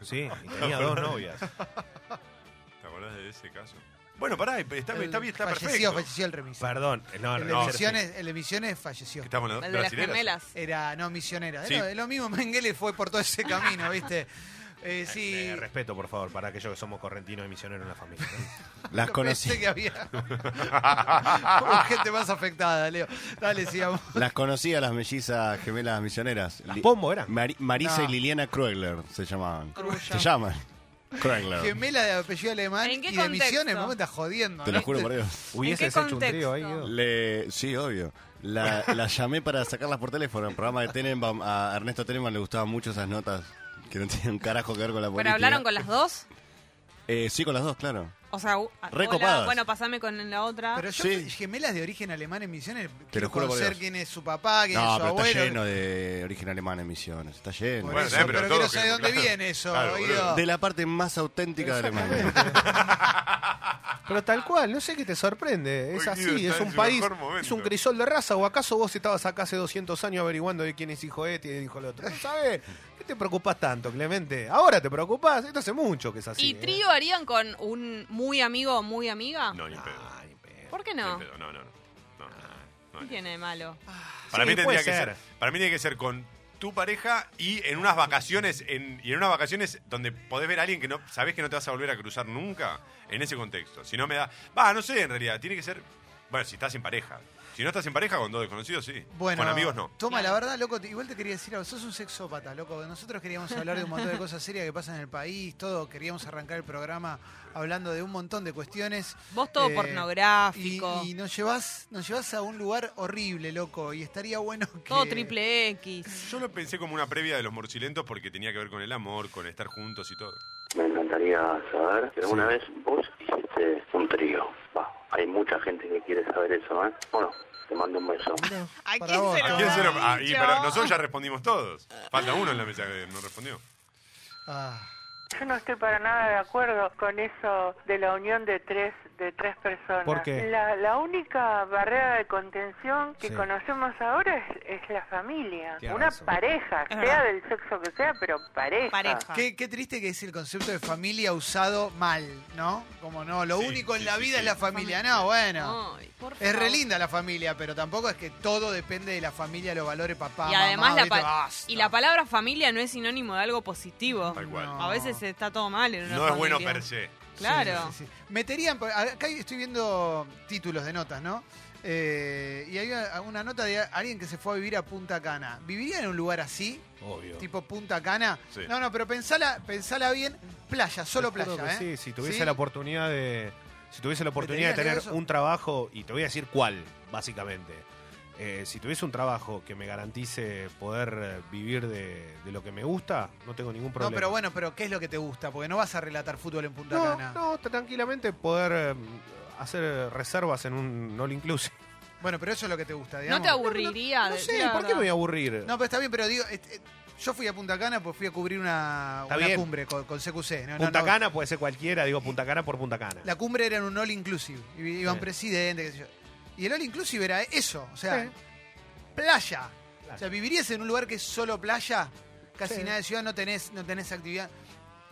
[SPEAKER 9] Sí, y tenía dos novias.
[SPEAKER 2] ¿Te acordás de ese caso? Bueno, pará, está, está, bien, está
[SPEAKER 1] falleció,
[SPEAKER 2] perfecto.
[SPEAKER 1] falleció el remisor.
[SPEAKER 9] Perdón, no,
[SPEAKER 1] el,
[SPEAKER 9] no,
[SPEAKER 1] de
[SPEAKER 9] no.
[SPEAKER 1] Misiones, el de Misiones falleció.
[SPEAKER 2] ¿Qué estamos en
[SPEAKER 3] El de las
[SPEAKER 2] brasileras?
[SPEAKER 3] gemelas.
[SPEAKER 1] Era, no, misionera.
[SPEAKER 2] Sí.
[SPEAKER 1] Era lo mismo, Mengele fue por todo ese camino,
[SPEAKER 2] [laughs]
[SPEAKER 1] ¿viste? Eh, sí.
[SPEAKER 9] Eh, respeto, por favor, para aquellos que somos correntinos y misioneros en la familia. ¿no?
[SPEAKER 7] Las
[SPEAKER 1] [laughs] Pensé
[SPEAKER 7] conocí,
[SPEAKER 1] que había Hubo gente más afectada, Leo. Dale, sigamos.
[SPEAKER 7] las conocí a las mellizas gemelas misioneras.
[SPEAKER 9] Las
[SPEAKER 7] Li-
[SPEAKER 9] pombo eran.
[SPEAKER 7] Mari- Marisa
[SPEAKER 1] No.
[SPEAKER 7] y Liliana Kruegler se llamaban.
[SPEAKER 3] Orgullo.
[SPEAKER 7] Se llaman. Kruegler.
[SPEAKER 1] Gemela de apellido alemán y
[SPEAKER 3] ¿En qué
[SPEAKER 1] de
[SPEAKER 3] contexto?
[SPEAKER 1] misiones, vos me estás jodiendo. ¿eh?
[SPEAKER 7] Te lo
[SPEAKER 1] ¿viste?
[SPEAKER 7] juro por Dios.
[SPEAKER 9] Hubieses
[SPEAKER 3] qué
[SPEAKER 9] hecho un trío ahí,
[SPEAKER 3] contexto?
[SPEAKER 9] Guido.
[SPEAKER 7] Le, sí, obvio. La, la llamé para sacarlas por teléfono. El programa de Tenenbaum, a Ernesto Tenenbaum le gustaban mucho esas notas que no tienen un carajo que ver con la
[SPEAKER 3] Pero
[SPEAKER 7] política.
[SPEAKER 3] hablaron con las dos.
[SPEAKER 7] Eh, sí, con las dos, claro.
[SPEAKER 3] O sea, u- ah,
[SPEAKER 7] Re
[SPEAKER 3] hola,
[SPEAKER 7] copadas.
[SPEAKER 3] bueno, pasame con la otra.
[SPEAKER 1] Pero yo,
[SPEAKER 7] Sí.
[SPEAKER 1] gemelas de origen alemán en misiones,
[SPEAKER 7] Te
[SPEAKER 1] quiero
[SPEAKER 7] lo juro por
[SPEAKER 1] conocer
[SPEAKER 7] Dios.
[SPEAKER 1] quién es su papá, quién es
[SPEAKER 7] No,
[SPEAKER 1] su
[SPEAKER 7] pero
[SPEAKER 1] abuelo.
[SPEAKER 7] está lleno de origen alemán en misiones. Está lleno.
[SPEAKER 1] Por
[SPEAKER 2] Bueno,
[SPEAKER 1] eso,
[SPEAKER 2] eh, pero
[SPEAKER 1] pero
[SPEAKER 2] todo
[SPEAKER 1] quiero saber de
[SPEAKER 2] que-
[SPEAKER 1] dónde
[SPEAKER 2] claro.
[SPEAKER 1] viene eso,
[SPEAKER 2] Claro,
[SPEAKER 1] oído.
[SPEAKER 2] boludo.
[SPEAKER 7] De la parte más auténtica de Alemania.
[SPEAKER 9] Pero tal cual, no sé qué te sorprende.
[SPEAKER 2] Hoy
[SPEAKER 9] Es
[SPEAKER 2] Guido
[SPEAKER 9] así,
[SPEAKER 2] está
[SPEAKER 9] es
[SPEAKER 2] en
[SPEAKER 9] un
[SPEAKER 2] su
[SPEAKER 9] país,
[SPEAKER 2] mejor momento.
[SPEAKER 9] es un crisol de raza. ¿O acaso vos estabas acá hace 200 años averiguando de quién es hijo este y de hijo el otro? No sabés. ¿Qué te preocupás tanto, Clemente? Ahora te preocupás. Esto hace mucho que es así.
[SPEAKER 3] ¿Y
[SPEAKER 9] ¿eh?
[SPEAKER 3] trío harían con un muy amigo o muy amiga?
[SPEAKER 2] No, ni en pedo.
[SPEAKER 9] Ah, ni pedo.
[SPEAKER 3] ¿Por qué
[SPEAKER 2] ni en
[SPEAKER 3] no?
[SPEAKER 2] pedo, No, no, no. No, no, no.
[SPEAKER 3] ¿Qué tiene de malo?
[SPEAKER 1] Ah,
[SPEAKER 2] Para
[SPEAKER 9] Sí,
[SPEAKER 2] mí tendría
[SPEAKER 9] puede
[SPEAKER 2] que ser.
[SPEAKER 9] ser.
[SPEAKER 2] Para mí tiene que ser con tu pareja y en unas vacaciones en, y en unas vacaciones donde podés ver a alguien que no sabés que no te vas a volver a cruzar nunca en ese contexto. Si no me da, va, no sé, en realidad tiene que ser bueno, si estás en pareja. Si no estás en pareja con dos desconocidos sí.
[SPEAKER 1] Bueno,
[SPEAKER 2] con amigos no.
[SPEAKER 1] Toma, la verdad, loco, te- igual te quería decir algo. Sos un sexópata, loco. Nosotros queríamos hablar de un montón de cosas serias que pasan en el país, todo. Queríamos arrancar el programa hablando de un montón de cuestiones.
[SPEAKER 3] Vos todo
[SPEAKER 1] Eh,
[SPEAKER 3] pornográfico,
[SPEAKER 1] Y, y nos llevas nos llevas a un lugar horrible, loco. Y estaría bueno que.
[SPEAKER 3] todo triple X.
[SPEAKER 2] Yo lo pensé como una previa de los morcilentos porque tenía que ver con el amor, con estar juntos y todo.
[SPEAKER 10] Me encantaría saber que alguna vez vos hiciste un trío. Va, hay mucha gente que quiere saber eso, ¿eh? Bueno, te mando un beso.
[SPEAKER 3] ¿A
[SPEAKER 1] Para
[SPEAKER 3] quién
[SPEAKER 1] vos.
[SPEAKER 3] se
[SPEAKER 2] ¿A
[SPEAKER 3] lo
[SPEAKER 2] quién
[SPEAKER 3] ha
[SPEAKER 2] se lo- ah, y
[SPEAKER 3] dicho?
[SPEAKER 2] pero nosotros ya respondimos todos. Falta uno en la mesa que no respondió.
[SPEAKER 1] Ah,
[SPEAKER 11] Yo no estoy para nada de acuerdo con eso de la unión de tres de tres personas.
[SPEAKER 9] ¿Por qué?
[SPEAKER 11] La, la única barrera de contención que
[SPEAKER 9] Sí.
[SPEAKER 11] conocemos ahora es, es la familia.
[SPEAKER 9] Tienes
[SPEAKER 11] Una
[SPEAKER 9] razón.
[SPEAKER 11] pareja,
[SPEAKER 3] Es
[SPEAKER 11] sea
[SPEAKER 3] verdad.
[SPEAKER 11] del sexo que sea, pero pareja.
[SPEAKER 3] Pareja.
[SPEAKER 1] qué, qué triste que es el concepto de familia usado mal, ¿no? Como no, lo
[SPEAKER 2] Sí,
[SPEAKER 1] único
[SPEAKER 2] sí,
[SPEAKER 1] en la
[SPEAKER 2] sí,
[SPEAKER 1] vida
[SPEAKER 2] sí.
[SPEAKER 1] es la familia. No, bueno.
[SPEAKER 3] Ay, por
[SPEAKER 1] Es re
[SPEAKER 3] favor.
[SPEAKER 1] linda la familia, pero tampoco es que todo depende de la familia, los valores, papá,
[SPEAKER 3] Y además
[SPEAKER 1] mamá,
[SPEAKER 3] la,
[SPEAKER 1] ¿viste?
[SPEAKER 3] pa-
[SPEAKER 1] Basta.
[SPEAKER 3] y la palabra familia no es sinónimo de algo positivo.
[SPEAKER 2] Tal cual.
[SPEAKER 1] No.
[SPEAKER 3] A veces está todo mal en una
[SPEAKER 2] No es bueno
[SPEAKER 3] familia.
[SPEAKER 2] per se.
[SPEAKER 3] Claro.
[SPEAKER 1] Sí, sí, sí. Meterían, por- acá estoy viendo títulos de notas, ¿no? Eh, y hay una- una nota de alguien que se fue a vivir a Punta Cana. ¿Viviría en un lugar así?
[SPEAKER 9] Obvio.
[SPEAKER 1] Tipo Punta Cana.
[SPEAKER 2] Sí.
[SPEAKER 1] No, no, pero pensala, pensala bien. Playa, solo
[SPEAKER 9] Te juro
[SPEAKER 1] playa,
[SPEAKER 9] que
[SPEAKER 1] ¿eh?
[SPEAKER 9] Sí, si tuviese
[SPEAKER 1] ¿Sí?
[SPEAKER 9] la oportunidad de. Si tuviese la oportunidad de
[SPEAKER 1] ¿Veterinario
[SPEAKER 9] tener
[SPEAKER 1] eso?
[SPEAKER 9] un trabajo, y te voy a decir cuál, básicamente. Eh, si tuviese un trabajo que me garantice poder eh, vivir de, de lo que me gusta, no tengo ningún
[SPEAKER 1] No,
[SPEAKER 9] problema.
[SPEAKER 1] pero bueno, pero ¿qué es lo que te gusta? Porque no vas a relatar fútbol en Punta
[SPEAKER 9] No,
[SPEAKER 1] Cana.
[SPEAKER 9] no, tranquilamente poder eh, hacer reservas en un all [laughs] inclusive.
[SPEAKER 1] Bueno, pero eso es lo que te gusta, digamos.
[SPEAKER 3] ¿No te aburriría?
[SPEAKER 9] No
[SPEAKER 3] de-
[SPEAKER 9] sé,
[SPEAKER 3] la
[SPEAKER 9] ¿por qué me voy a
[SPEAKER 3] verdad?
[SPEAKER 9] aburrir?
[SPEAKER 1] No, pero está bien, pero digo, este, yo fui a Punta Cana porque fui a cubrir una,
[SPEAKER 9] Está
[SPEAKER 1] una
[SPEAKER 9] bien.
[SPEAKER 1] cumbre con, con CQC. No, no,
[SPEAKER 9] Punta
[SPEAKER 1] no.
[SPEAKER 9] Cana puede ser cualquiera, digo Punta Cana por Punta Cana.
[SPEAKER 1] La cumbre era en un all inclusive. y Iban
[SPEAKER 9] Sí.
[SPEAKER 1] presidente, qué sé yo. Y el all inclusive era eso, o sea,
[SPEAKER 9] Sí.
[SPEAKER 1] playa.
[SPEAKER 9] Playa.
[SPEAKER 1] O sea, vivirías en un lugar que es solo playa, casi
[SPEAKER 9] Sí.
[SPEAKER 1] nada de ciudad, no tenés, no tenés actividad.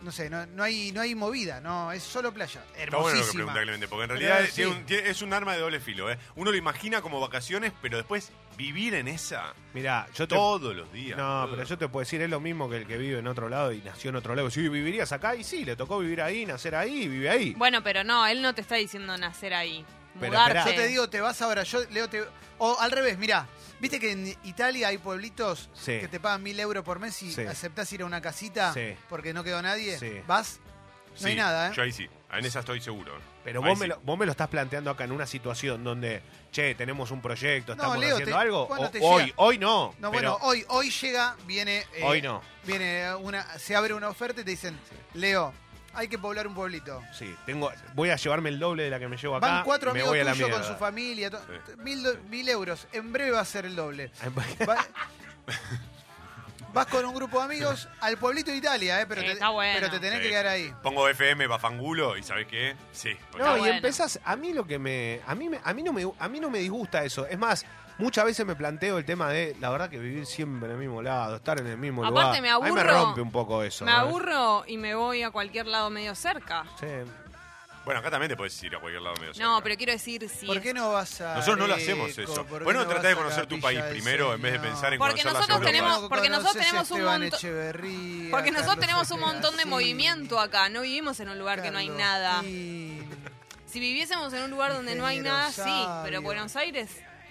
[SPEAKER 1] No sé, no, no hay, no hay movida, no, es solo playa.
[SPEAKER 2] Está bueno lo que
[SPEAKER 1] Hermosísima.
[SPEAKER 2] pregunta Clemente, porque en
[SPEAKER 1] Pero,
[SPEAKER 2] realidad
[SPEAKER 1] sí.
[SPEAKER 2] tiene un- tiene- es un arma de doble filo. ¿eh? Uno lo imagina como vacaciones, pero después vivir en esa
[SPEAKER 9] Mirá, yo te,
[SPEAKER 2] todos los días.
[SPEAKER 9] No,
[SPEAKER 2] boludo.
[SPEAKER 9] pero yo te puedo decir, es lo mismo que el que vive en otro lado y nació en otro lado. Si vivirías acá y sí, le tocó vivir ahí, nacer ahí, vive ahí.
[SPEAKER 3] Bueno, pero no, él no te está diciendo nacer ahí.
[SPEAKER 9] Pero
[SPEAKER 3] mudarte.
[SPEAKER 9] esperá.
[SPEAKER 1] Yo te digo, te vas ahora, yo Leo te. O al revés, mirá, viste que en Italia hay pueblitos
[SPEAKER 9] Sí.
[SPEAKER 1] que te pagan mil euros por mes y
[SPEAKER 9] Sí.
[SPEAKER 1] aceptás ir a una casita
[SPEAKER 9] Sí.
[SPEAKER 1] porque no quedó nadie.
[SPEAKER 9] Sí.
[SPEAKER 1] Vas, no
[SPEAKER 2] Sí,
[SPEAKER 1] hay nada, ¿eh?
[SPEAKER 2] Yo ahí sí, en esa estoy seguro.
[SPEAKER 9] Pero
[SPEAKER 2] Ahí
[SPEAKER 9] vos me,
[SPEAKER 2] sí.
[SPEAKER 9] lo, vos me lo estás planteando acá en una situación donde, che, tenemos un proyecto,
[SPEAKER 1] No,
[SPEAKER 9] estamos
[SPEAKER 1] Leo,
[SPEAKER 9] haciendo
[SPEAKER 1] te-
[SPEAKER 9] algo.
[SPEAKER 1] ¿cuándo
[SPEAKER 9] O-
[SPEAKER 1] te
[SPEAKER 9] hoy,
[SPEAKER 1] llega?
[SPEAKER 9] hoy no.
[SPEAKER 1] No,
[SPEAKER 9] pero
[SPEAKER 1] bueno, hoy, hoy llega, viene. eh,
[SPEAKER 9] hoy no.
[SPEAKER 1] Viene una. Se abre una oferta y te dicen, Leo, hay que poblar un pueblito.
[SPEAKER 9] Sí, tengo, voy a llevarme el doble de la que me llevo acá.
[SPEAKER 1] Van cuatro
[SPEAKER 9] y me
[SPEAKER 1] amigos
[SPEAKER 9] voy a la
[SPEAKER 1] tuyos con
[SPEAKER 9] mierda.
[SPEAKER 1] su familia, to-
[SPEAKER 2] Sí.
[SPEAKER 1] mil, do- mil euros. En breve va a ser el doble.
[SPEAKER 9] [laughs]
[SPEAKER 1] Va- Vas con un grupo de amigos al pueblito de Italia, ¿eh? pero,
[SPEAKER 3] Sí,
[SPEAKER 1] te,
[SPEAKER 3] está bueno.
[SPEAKER 1] pero te tenés
[SPEAKER 2] Sí.
[SPEAKER 1] que quedar ahí.
[SPEAKER 2] Pongo FM Bafangulo y ¿sabés qué? Sí. porque-
[SPEAKER 9] No,
[SPEAKER 3] Está
[SPEAKER 9] y
[SPEAKER 3] bueno.
[SPEAKER 9] empezás, a mí lo que me a mí me- a mí no me a mí no me disgusta eso. Es más, muchas veces me planteo el tema de la verdad que vivir siempre en el mismo lado, estar en el mismo
[SPEAKER 3] Aparte,
[SPEAKER 9] lugar.
[SPEAKER 3] me
[SPEAKER 9] a mí me
[SPEAKER 3] aburro.
[SPEAKER 9] rompe un poco eso.
[SPEAKER 3] Me
[SPEAKER 9] ¿eh?
[SPEAKER 3] aburro y me voy a cualquier lado medio cerca.
[SPEAKER 9] Sí.
[SPEAKER 2] Bueno, acá también te puedes ir a cualquier lado medio.
[SPEAKER 3] No,
[SPEAKER 2] cerca.
[SPEAKER 3] pero quiero decir si
[SPEAKER 1] ¿Por
[SPEAKER 3] es-
[SPEAKER 1] qué no vas a.?
[SPEAKER 2] Nosotros no lo hacemos
[SPEAKER 1] Areco?
[SPEAKER 2] eso.
[SPEAKER 1] ¿Por qué
[SPEAKER 2] Bueno, tratá de
[SPEAKER 1] vas a
[SPEAKER 2] conocer tu
[SPEAKER 1] Capilla
[SPEAKER 2] país
[SPEAKER 1] del
[SPEAKER 2] primero en vez de
[SPEAKER 1] Señor?
[SPEAKER 2] pensar en
[SPEAKER 3] Porque
[SPEAKER 2] conocer las
[SPEAKER 3] nosotros
[SPEAKER 2] Europas.
[SPEAKER 3] tenemos- porque nosotros
[SPEAKER 1] Conoces a
[SPEAKER 3] tenemos un
[SPEAKER 1] Esteban
[SPEAKER 3] montón-
[SPEAKER 1] Echeverría,
[SPEAKER 3] Porque nosotros
[SPEAKER 1] Carlos
[SPEAKER 3] tenemos un montón de
[SPEAKER 1] Esperanzini,
[SPEAKER 3] movimiento acá, no vivimos en un lugar que no hay
[SPEAKER 1] Carlos
[SPEAKER 3] nada.
[SPEAKER 1] Gil.
[SPEAKER 3] Si viviésemos en un lugar donde no hay
[SPEAKER 1] Ingeniero
[SPEAKER 3] nada, sí, pero
[SPEAKER 1] sabio.
[SPEAKER 3] Buenos Aires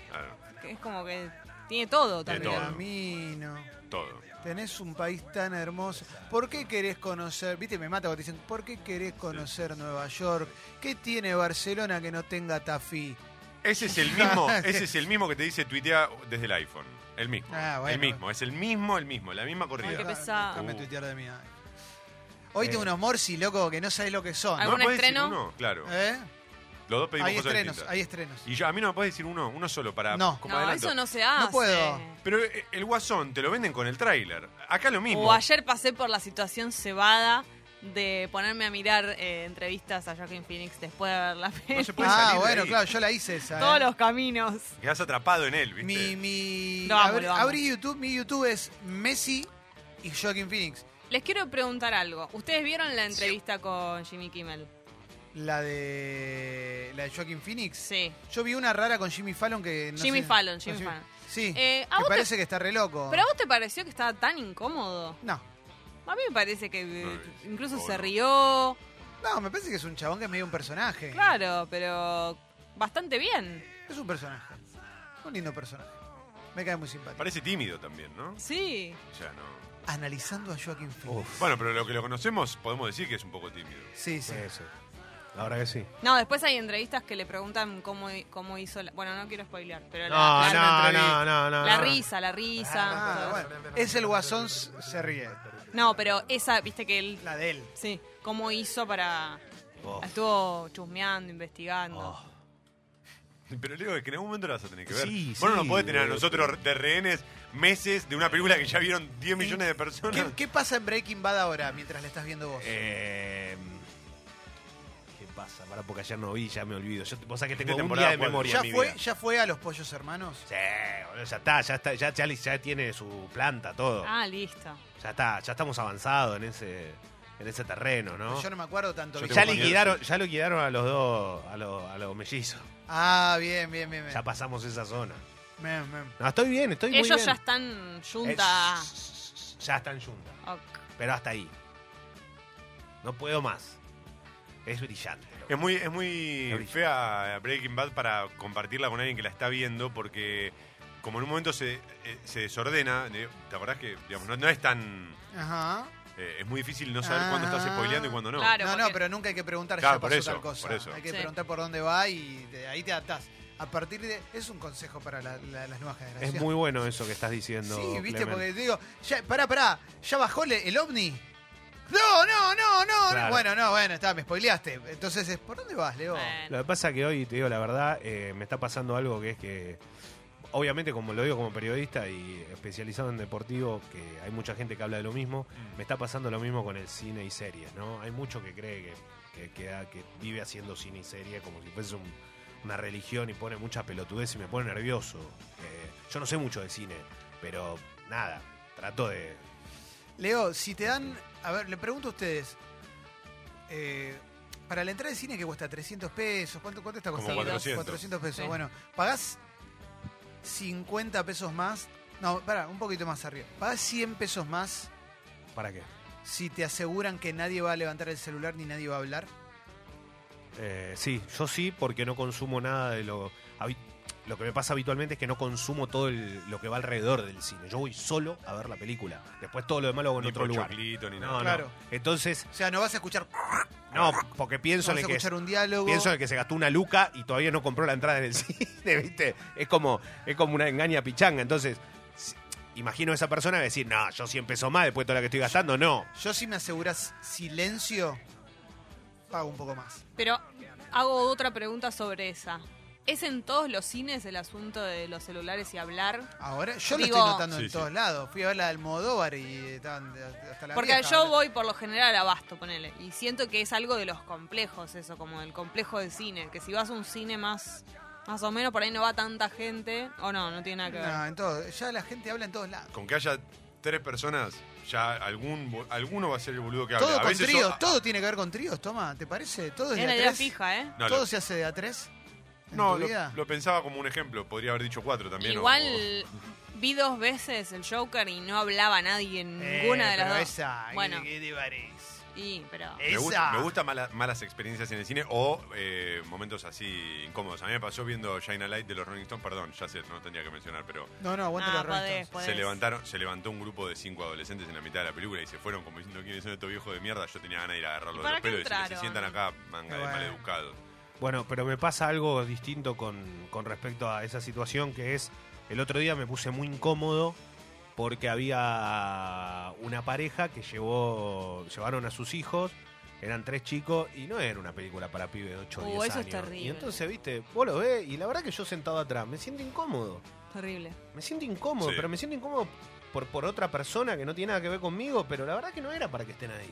[SPEAKER 2] Claro,
[SPEAKER 3] es como que tiene todo
[SPEAKER 2] Tiene
[SPEAKER 3] también.
[SPEAKER 2] todo.
[SPEAKER 1] Pergamino.
[SPEAKER 2] todo.
[SPEAKER 1] Tenés un país tan hermoso. ¿Por qué querés conocer? Viste, me mata cuando te dicen, ¿por qué querés conocer Nueva York? ¿Qué tiene Barcelona que no tenga Tafí?
[SPEAKER 2] Ese es el
[SPEAKER 1] [laughs]
[SPEAKER 2] mismo, ese es el mismo que te dice tuitea desde el iPhone. El mismo.
[SPEAKER 1] Ah, bueno.
[SPEAKER 2] El mismo, es el mismo, el mismo, la misma
[SPEAKER 3] Ay, qué
[SPEAKER 2] corrida.
[SPEAKER 3] pesado.
[SPEAKER 1] Déjame
[SPEAKER 2] Uh.
[SPEAKER 1] tuitear de mí. ay. Hoy
[SPEAKER 2] Eh.
[SPEAKER 1] tengo unos morsi, loco, que no sabés lo que son.
[SPEAKER 2] ¿No
[SPEAKER 3] ¿Algún
[SPEAKER 2] me podés decir
[SPEAKER 3] Ah, estreno?
[SPEAKER 2] uno? Claro.
[SPEAKER 1] ¿Eh?
[SPEAKER 2] Los dos pedimos
[SPEAKER 1] Hay
[SPEAKER 2] cosas
[SPEAKER 1] estrenos,
[SPEAKER 2] distintas.
[SPEAKER 1] hay estrenos.
[SPEAKER 2] Y yo, a mí no me puedes decir uno, uno solo para.
[SPEAKER 1] No.
[SPEAKER 2] como
[SPEAKER 3] No,
[SPEAKER 2] adelanto.
[SPEAKER 3] eso no se hace.
[SPEAKER 1] puedo.
[SPEAKER 2] Pero eh, el guasón te lo venden con el tráiler. Acá lo mismo.
[SPEAKER 3] O ayer pasé por la situación cebada de ponerme a mirar eh, entrevistas a Joaquin Phoenix después de ver la
[SPEAKER 2] [laughs] No
[SPEAKER 3] peli.
[SPEAKER 2] se puede
[SPEAKER 1] Ah,
[SPEAKER 2] salir de
[SPEAKER 1] bueno,
[SPEAKER 2] ahí.
[SPEAKER 1] claro, yo la hice esa.
[SPEAKER 3] [laughs] Todos
[SPEAKER 1] ¿eh?
[SPEAKER 3] los caminos.
[SPEAKER 2] Quedás atrapado en él, ¿viste?
[SPEAKER 1] Mi, mi...
[SPEAKER 3] Lo amo,
[SPEAKER 1] abrí,
[SPEAKER 3] lo amo.
[SPEAKER 1] abrí YouTube, mi YouTube es Messi y Joaquin Phoenix.
[SPEAKER 3] Les quiero preguntar algo. ¿Ustedes vieron la entrevista con Jimmy Kimmel?
[SPEAKER 1] La de la de Joaquin Phoenix.
[SPEAKER 3] Sí.
[SPEAKER 1] Yo vi una rara con Jimmy Fallon que no
[SPEAKER 3] Jimmy
[SPEAKER 1] sé-
[SPEAKER 3] Fallon,
[SPEAKER 1] no
[SPEAKER 3] Jimmy
[SPEAKER 1] sé-
[SPEAKER 3] Fallon.
[SPEAKER 1] Sí.
[SPEAKER 3] Eh,
[SPEAKER 1] que
[SPEAKER 3] ¿a vos te-
[SPEAKER 1] parece que está re loco.
[SPEAKER 3] ¿Pero a vos te pareció que estaba tan incómodo?
[SPEAKER 1] No.
[SPEAKER 3] A mí me parece que
[SPEAKER 2] No,
[SPEAKER 3] eh,
[SPEAKER 2] es-
[SPEAKER 3] incluso
[SPEAKER 2] no,
[SPEAKER 3] se
[SPEAKER 2] no.
[SPEAKER 3] rió.
[SPEAKER 1] No, me parece que es un chabón que es medio un personaje.
[SPEAKER 3] Claro, pero bastante bien.
[SPEAKER 1] Es un personaje. Un lindo personaje. Me cae muy simpático.
[SPEAKER 2] Parece tímido también, ¿no?
[SPEAKER 3] Sí.
[SPEAKER 2] O sea, no.
[SPEAKER 1] Analizando a Joaquin Phoenix.
[SPEAKER 9] Uf,
[SPEAKER 2] Bueno, pero lo que lo conocemos podemos decir que es un poco tímido. [laughs]
[SPEAKER 1] Sí, sí.
[SPEAKER 9] sí, sí. La verdad que sí.
[SPEAKER 3] No, después hay entrevistas que le preguntan cómo, cómo hizo la... Bueno, no quiero spoilear, pero la,
[SPEAKER 9] No,
[SPEAKER 3] la-
[SPEAKER 9] no, no, no, no.
[SPEAKER 3] la
[SPEAKER 9] no.
[SPEAKER 3] risa, la risa.
[SPEAKER 1] Ah,
[SPEAKER 3] todo eso.
[SPEAKER 1] bueno. Es el guasón, s- se ríe.
[SPEAKER 3] No, pero esa, viste que él...
[SPEAKER 1] La de él.
[SPEAKER 3] Sí, cómo hizo para...
[SPEAKER 9] Oh,
[SPEAKER 3] Estuvo chusmeando, investigando.
[SPEAKER 9] oh.
[SPEAKER 2] Pero Leo, es que en algún momento lo vas a tener que ver.
[SPEAKER 9] Sí,
[SPEAKER 2] bueno,
[SPEAKER 9] sí,
[SPEAKER 2] no podés tener a
[SPEAKER 9] boludo,
[SPEAKER 2] nosotros de rehenes meses de una película que ya vieron 10 millones de
[SPEAKER 1] ¿Qué,
[SPEAKER 2] personas.
[SPEAKER 1] qué pasa en Breaking Bad ahora mientras la estás viendo vos?
[SPEAKER 9] Eh, ¿Qué pasa? Pará, porque ayer no vi, ya me olvido. Yo, vos sabés que
[SPEAKER 2] ¿De
[SPEAKER 9] tengo un
[SPEAKER 2] temporada
[SPEAKER 9] día de
[SPEAKER 2] cuál?
[SPEAKER 9] memoria
[SPEAKER 1] ¿Ya
[SPEAKER 9] en mi
[SPEAKER 1] fue,
[SPEAKER 9] vida.
[SPEAKER 1] ¿Ya fue a los pollos hermanos?
[SPEAKER 9] Sí, boludo, ya está, ya está, ya, ya, ya tiene su planta, todo.
[SPEAKER 3] Ah, listo.
[SPEAKER 9] Ya está, ya estamos avanzados en ese, en ese terreno, ¿no?
[SPEAKER 1] Yo no me acuerdo tanto.
[SPEAKER 2] Yo
[SPEAKER 1] bien.
[SPEAKER 9] Ya
[SPEAKER 2] tengo
[SPEAKER 9] liquidaron, ya liquidaron a los dos, a los, a los mellizos.
[SPEAKER 1] Ah, bien, bien, bien. bien.
[SPEAKER 9] Ya pasamos esa zona.
[SPEAKER 1] Bien, bien.
[SPEAKER 9] No, estoy bien, estoy muy
[SPEAKER 3] Ellos
[SPEAKER 9] bien.
[SPEAKER 3] ya están junta.
[SPEAKER 9] Eh, ya están yunta.
[SPEAKER 3] Ok.
[SPEAKER 9] Pero hasta ahí. No puedo más. Es brillante. loco.
[SPEAKER 2] Es muy, es muy
[SPEAKER 9] Horrible.
[SPEAKER 2] fea Breaking Bad para compartirla con alguien que la está viendo porque como en un momento se, eh, se desordena, eh, ¿te acordás que digamos, no, no es tan
[SPEAKER 1] Ajá.
[SPEAKER 2] eh, eh, es muy difícil no saber cuándo estás
[SPEAKER 1] Ah.
[SPEAKER 2] spoileando y cuándo no.
[SPEAKER 3] Claro,
[SPEAKER 1] no,
[SPEAKER 3] porque-
[SPEAKER 1] no, pero nunca hay que preguntar
[SPEAKER 2] Claro,
[SPEAKER 1] ya
[SPEAKER 2] por
[SPEAKER 1] pasó
[SPEAKER 2] eso,
[SPEAKER 1] tal cosa.
[SPEAKER 2] por eso.
[SPEAKER 1] Hay que
[SPEAKER 3] Sí.
[SPEAKER 1] preguntar por dónde va y de ahí te atás. A partir de. Es un consejo para la- la- las nuevas
[SPEAKER 9] Es
[SPEAKER 1] generaciones.
[SPEAKER 9] muy bueno eso que estás diciendo.
[SPEAKER 1] Sí, viste,
[SPEAKER 9] Clemen.
[SPEAKER 1] porque digo, ya, pará, pará, ¿ya bajó le- el ovni? No, no, no, no, no.
[SPEAKER 9] Claro.
[SPEAKER 1] Bueno, no, bueno, está, me spoileaste. Entonces, es, ¿por dónde vas, Leo?
[SPEAKER 3] Bueno.
[SPEAKER 9] Lo que pasa que hoy, te digo la verdad, eh, me está pasando algo que es que, obviamente, como lo digo como periodista y especializado en deportivo, que hay mucha gente que habla de lo mismo,
[SPEAKER 1] Mm.
[SPEAKER 9] me está pasando lo mismo con el cine y series, ¿no? Hay mucho que cree que, que, queda- que vive haciendo cine y serie como si fuese un- una religión y pone mucha pelotudez y me pone nervioso. Eh, yo no sé mucho de cine, pero nada, trato de...
[SPEAKER 1] Leo, si te dan. A ver, le pregunto a ustedes. eh, para la entrada de cine que cuesta 300 pesos, ¿cuánto, cuánto está
[SPEAKER 2] Como
[SPEAKER 1] costando?
[SPEAKER 2] 400.
[SPEAKER 1] 400 pesos.
[SPEAKER 3] Sí.
[SPEAKER 1] Bueno, pagás 50 pesos más. No, pará, un poquito más arriba. Pagás 100 pesos más
[SPEAKER 9] ¿Para qué?
[SPEAKER 1] si te aseguran que nadie va a levantar el celular ni nadie va a hablar.
[SPEAKER 9] Eh, sí, yo sí, porque no consumo nada de lo. habi- Lo que me pasa habitualmente es que no consumo todo el- lo que va alrededor del cine. Yo voy solo a ver la película. Después todo lo demás lo hago en
[SPEAKER 2] Ni
[SPEAKER 9] otro lugar.
[SPEAKER 2] pochoclito, ni nada.
[SPEAKER 9] No, no.
[SPEAKER 1] Claro.
[SPEAKER 9] Entonces,
[SPEAKER 1] O sea, no vas a escuchar.
[SPEAKER 9] no, porque
[SPEAKER 1] No
[SPEAKER 9] pienso
[SPEAKER 1] vas a
[SPEAKER 9] en el que.
[SPEAKER 1] escuchar un diálogo.
[SPEAKER 9] Pienso en el que se gastó una luca y todavía no compró la entrada en el [laughs] cine, ¿viste? Es como, es como una engaña pichanga. Entonces, si- imagino a esa persona decir, no, yo 100 pesos más después de toda la que estoy gastando, no.
[SPEAKER 1] Yo si me aseguras silencio, pago un poco más.
[SPEAKER 3] Pero hago otra pregunta sobre esa. ¿Es en todos los cines el asunto de los celulares y hablar?
[SPEAKER 1] Ahora, yo lo
[SPEAKER 3] Digo-
[SPEAKER 1] estoy notando
[SPEAKER 2] Sí,
[SPEAKER 1] en
[SPEAKER 2] sí.
[SPEAKER 1] todos lados. Fui a ver la de Almodóvar y eh, estaban de- hasta la
[SPEAKER 3] Porque
[SPEAKER 1] vieja.
[SPEAKER 3] yo voy por lo general a Abasto, ponele. Y siento que es algo de los complejos eso, como el complejo de cine. Que si vas a un cine más, más o menos, por ahí no va tanta gente. O no, no tiene nada que ver.
[SPEAKER 1] No, en todo- ya la gente habla en todos lados.
[SPEAKER 2] Con que haya tres personas, ya algún bo- alguno va a ser el boludo que habla.
[SPEAKER 1] Todo
[SPEAKER 2] A
[SPEAKER 1] con
[SPEAKER 2] veces
[SPEAKER 1] tríos,
[SPEAKER 2] so-
[SPEAKER 1] todo tiene que ver con tríos, toma, ¿te parece? Todo es
[SPEAKER 3] es
[SPEAKER 1] de
[SPEAKER 3] la
[SPEAKER 1] a
[SPEAKER 3] idea
[SPEAKER 1] tres.
[SPEAKER 3] fija, ¿eh?
[SPEAKER 2] Ah, No,
[SPEAKER 1] todo
[SPEAKER 2] lo-
[SPEAKER 1] se hace de a tres. en
[SPEAKER 2] No,
[SPEAKER 1] tu
[SPEAKER 2] lo,
[SPEAKER 1] vida?
[SPEAKER 2] lo pensaba como un ejemplo. Podría haber dicho cuatro también. o-
[SPEAKER 3] Igual vi dos veces el Joker y no hablaba nadie en
[SPEAKER 1] Eh,
[SPEAKER 3] ninguna de las
[SPEAKER 1] pero
[SPEAKER 3] dos.
[SPEAKER 1] esa,
[SPEAKER 3] Bueno.
[SPEAKER 1] ¿qué te parece?
[SPEAKER 3] Y, pero...
[SPEAKER 1] Eh,
[SPEAKER 2] Me, gu-
[SPEAKER 1] Esa.
[SPEAKER 2] me gustan mala- malas experiencias en el cine o eh, momentos así incómodos. A mí me pasó viendo Shine a Light de los Rolling Stones, perdón, ya sé, no lo tendría que mencionar, pero
[SPEAKER 1] No, no, aguante
[SPEAKER 3] Ah,
[SPEAKER 1] los
[SPEAKER 3] podés,
[SPEAKER 1] restos.
[SPEAKER 3] podés.
[SPEAKER 2] se levantaron, se levantó un grupo de cinco adolescentes en la mitad de la película y se fueron como diciendo quiénes son estos viejos de mierda. Yo tenía ganas de ir a agarrarlos
[SPEAKER 3] ¿Y
[SPEAKER 2] de
[SPEAKER 3] para
[SPEAKER 2] los
[SPEAKER 3] qué
[SPEAKER 2] pelos y decirles, se
[SPEAKER 3] entraron?
[SPEAKER 2] sientan acá, manga de
[SPEAKER 1] Bueno.
[SPEAKER 2] maleducado.
[SPEAKER 9] Bueno, pero me pasa algo distinto con, con respecto a esa situación que es, el otro día me puse muy incómodo porque había una pareja que llevó, llevaron a sus hijos, eran tres chicos y no era una película para pibes de 8 o
[SPEAKER 3] Uh,
[SPEAKER 9] 10
[SPEAKER 3] eso es
[SPEAKER 9] años.
[SPEAKER 3] terrible.
[SPEAKER 9] Y entonces, viste, vos lo ves y la verdad que yo sentado atrás me siento incómodo.
[SPEAKER 3] Terrible.
[SPEAKER 9] Me siento incómodo,
[SPEAKER 2] Sí.
[SPEAKER 9] pero me siento incómodo por, por otra persona que no tiene nada que ver conmigo, pero la verdad que no era para que estén ahí.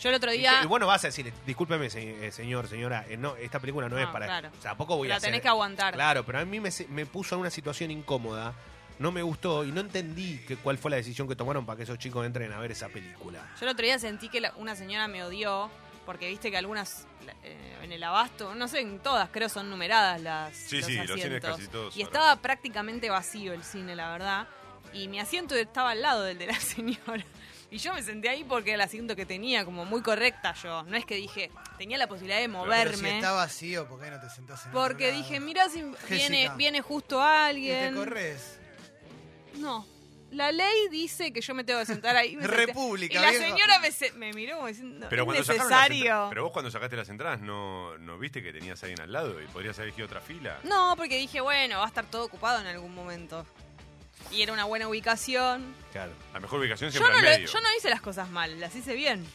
[SPEAKER 3] Yo el otro
[SPEAKER 9] Y
[SPEAKER 3] día...
[SPEAKER 9] bueno, vas a decir, discúlpeme, se- eh, señor, señora, eh, no, esta película no,
[SPEAKER 3] No,
[SPEAKER 9] es para.
[SPEAKER 3] claro.
[SPEAKER 9] O sea, tampoco voy a
[SPEAKER 3] La
[SPEAKER 9] hacer-
[SPEAKER 3] tenés que aguantar.
[SPEAKER 9] Claro, pero a mí me, se- me puso en una situación incómoda, no me gustó y no entendí que, cuál fue la decisión que tomaron para que esos chicos entren a ver esa película.
[SPEAKER 3] Yo el otro día sentí que la- una señora me odió porque viste que algunas la- eh, en el abasto, no sé, en todas creo son numeradas las
[SPEAKER 2] Sí,
[SPEAKER 3] los
[SPEAKER 2] sí, los
[SPEAKER 3] asientos.
[SPEAKER 2] cines casi todos
[SPEAKER 3] y
[SPEAKER 2] ahora.
[SPEAKER 3] estaba prácticamente vacío el cine, la verdad. Y mi asiento estaba al lado del de la [laughs] señora. Y yo me senté ahí porque era el asiento que tenía, como muy correcta yo. No es que dije, tenía la posibilidad de
[SPEAKER 1] Pero
[SPEAKER 3] moverme.
[SPEAKER 1] si está vacío, ¿por qué no te sentás en otro
[SPEAKER 3] Porque
[SPEAKER 1] lado?
[SPEAKER 3] dije, mira si viene,
[SPEAKER 1] Jessica.
[SPEAKER 3] viene justo
[SPEAKER 1] Y te
[SPEAKER 3] alguien.
[SPEAKER 1] corres.
[SPEAKER 3] No. La ley dice que yo me tengo que sentar
[SPEAKER 2] [laughs]
[SPEAKER 3] ahí. Me senté-
[SPEAKER 1] República,
[SPEAKER 3] Y la
[SPEAKER 1] viejo.
[SPEAKER 3] señora me, se- me miró como diciendo,
[SPEAKER 2] Pero,
[SPEAKER 3] "Es
[SPEAKER 2] cuando sacaron las entra-
[SPEAKER 3] necesario.
[SPEAKER 2] pero vos cuando sacaste las entradas no, no viste que tenías a alguien al lado y podrías haber elegido otra fila.
[SPEAKER 3] No, porque dije, bueno, va a estar todo ocupado en algún momento. Y era una buena ubicación.
[SPEAKER 9] Claro.
[SPEAKER 2] La mejor ubicación
[SPEAKER 3] Yo
[SPEAKER 2] siempre
[SPEAKER 3] no,
[SPEAKER 2] al
[SPEAKER 3] lo-
[SPEAKER 2] medio.
[SPEAKER 3] yo no hice las cosas mal, las hice bien.